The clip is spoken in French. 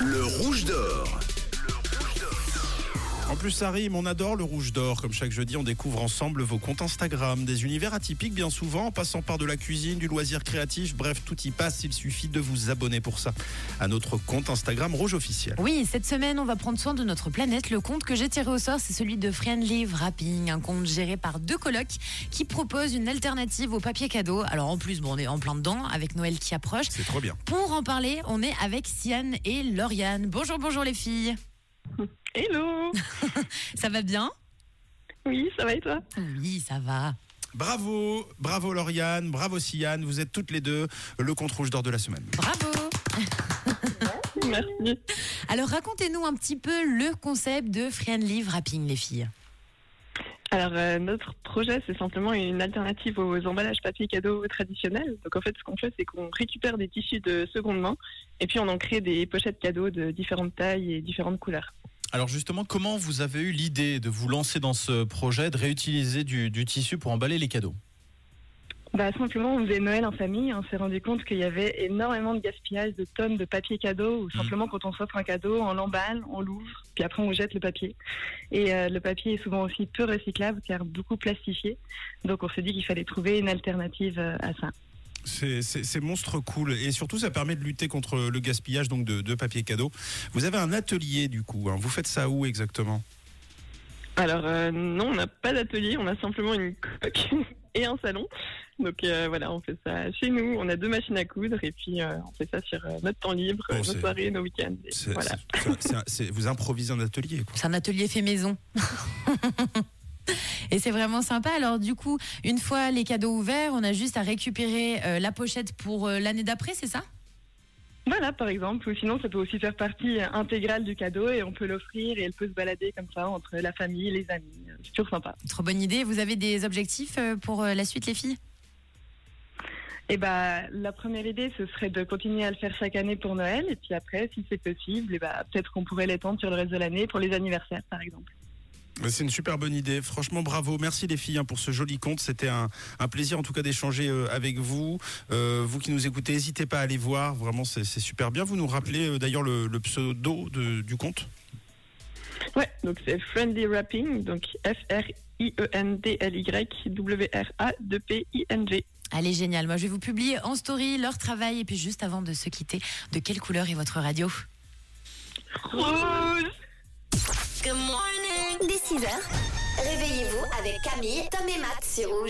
Le rouge d'or. En plus, ça rime, on adore le rouge d'or. Comme chaque jeudi, on découvre ensemble vos comptes Instagram, des univers atypiques bien souvent, en passant par de la cuisine, du loisir créatif, bref, tout y passe, il suffit de vous abonner pour ça à notre compte Instagram rouge officiel. Oui, cette semaine, on va prendre soin de notre planète. Le compte que j'ai tiré au sort, c'est celui de Friendly Wrapping, un compte géré par deux colocs qui propose une alternative au papier cadeau. Alors en plus, bon, on est en plein dedans avec Noël qui approche. C'est trop bien. Pour en parler, on est avec Siane et Lauriane. Bonjour, bonjour les filles. Hello Ça va bien Oui, ça va et toi Oui, ça va. Bravo, bravo Lauriane, bravo Siane, vous êtes toutes les deux le compte rouge d'or de la semaine. Bravo Merci. Alors racontez-nous un petit peu le concept de Friendly Wrapping, les filles. Alors, euh, notre projet, c'est simplement une alternative aux emballages papier cadeau traditionnels. Donc, en fait, ce qu'on fait, c'est qu'on récupère des tissus de seconde main et puis on en crée des pochettes cadeaux de différentes tailles et différentes couleurs. Alors justement, comment vous avez eu l'idée de vous lancer dans ce projet, de réutiliser du, du tissu pour emballer les cadeaux Bah, simplement, on faisait Noël en famille. On s'est rendu compte qu'il y avait énormément de gaspillage de tonnes de papier cadeau. Ou simplement, quand on s'offre un cadeau, on l'emballe, on l'ouvre, puis après, on jette le papier. Et euh, le papier est souvent aussi peu recyclable, car beaucoup plastifié. Donc, on s'est dit qu'il fallait trouver une alternative euh, à ça. C'est- C'est c'est monstre cool et surtout ça permet de lutter contre le gaspillage donc de, de papier cadeau. Vous avez un atelier du coup, hein. vous faites ça où exactement Alors euh, non, on n'a pas d'atelier, on a simplement une coque et un salon. Donc euh, voilà, on fait ça chez nous, on a deux machines à coudre et puis euh, on fait ça sur euh, notre temps libre, Bon, euh, c'est- nos soirées, nos week-ends. et C'est- Voilà. c'est- c'est- c'est- c'est- Vous improvisez un atelier quoi. C'est un atelier fait maison. Et c'est vraiment sympa. Alors du coup, une fois les cadeaux ouverts, on a juste à récupérer euh, la pochette pour euh, l'année d'après, c'est ça Voilà par exemple, ou sinon ça peut aussi faire partie euh, intégrale du cadeau et on peut l'offrir et elle peut se balader comme ça entre la famille, les amis. C'est toujours sympa. Trop bonne idée. Vous avez des objectifs euh, pour euh, la suite, les filles Et bah la première idée ce serait de continuer à le faire chaque année pour Noël et puis après si c'est possible, et bah, peut-être qu'on pourrait l'étendre sur le reste de l'année pour les anniversaires par exemple. Bah, C'est une super bonne idée. Franchement, bravo. Merci les filles hein, pour ce joli compte. C'était un, un plaisir en tout cas d'échanger euh, avec vous. Euh, vous qui nous écoutez, n'hésitez pas à aller voir. Vraiment, c'est c'est super bien. Vous nous rappelez euh, d'ailleurs le, le pseudo de- du compte. Ouais, donc c'est Friendly Wrapping, donc E F-R-I-E-N-D-L-Y-W-R-A-2-P-I-N-G. Allez, génial. Moi, je vais vous publier en story leur travail. Et puis juste avant de se quitter, de quelle couleur est votre radio Rouge Dès 6h, réveillez-vous avec Camille, Tom et Matt sur Rouge.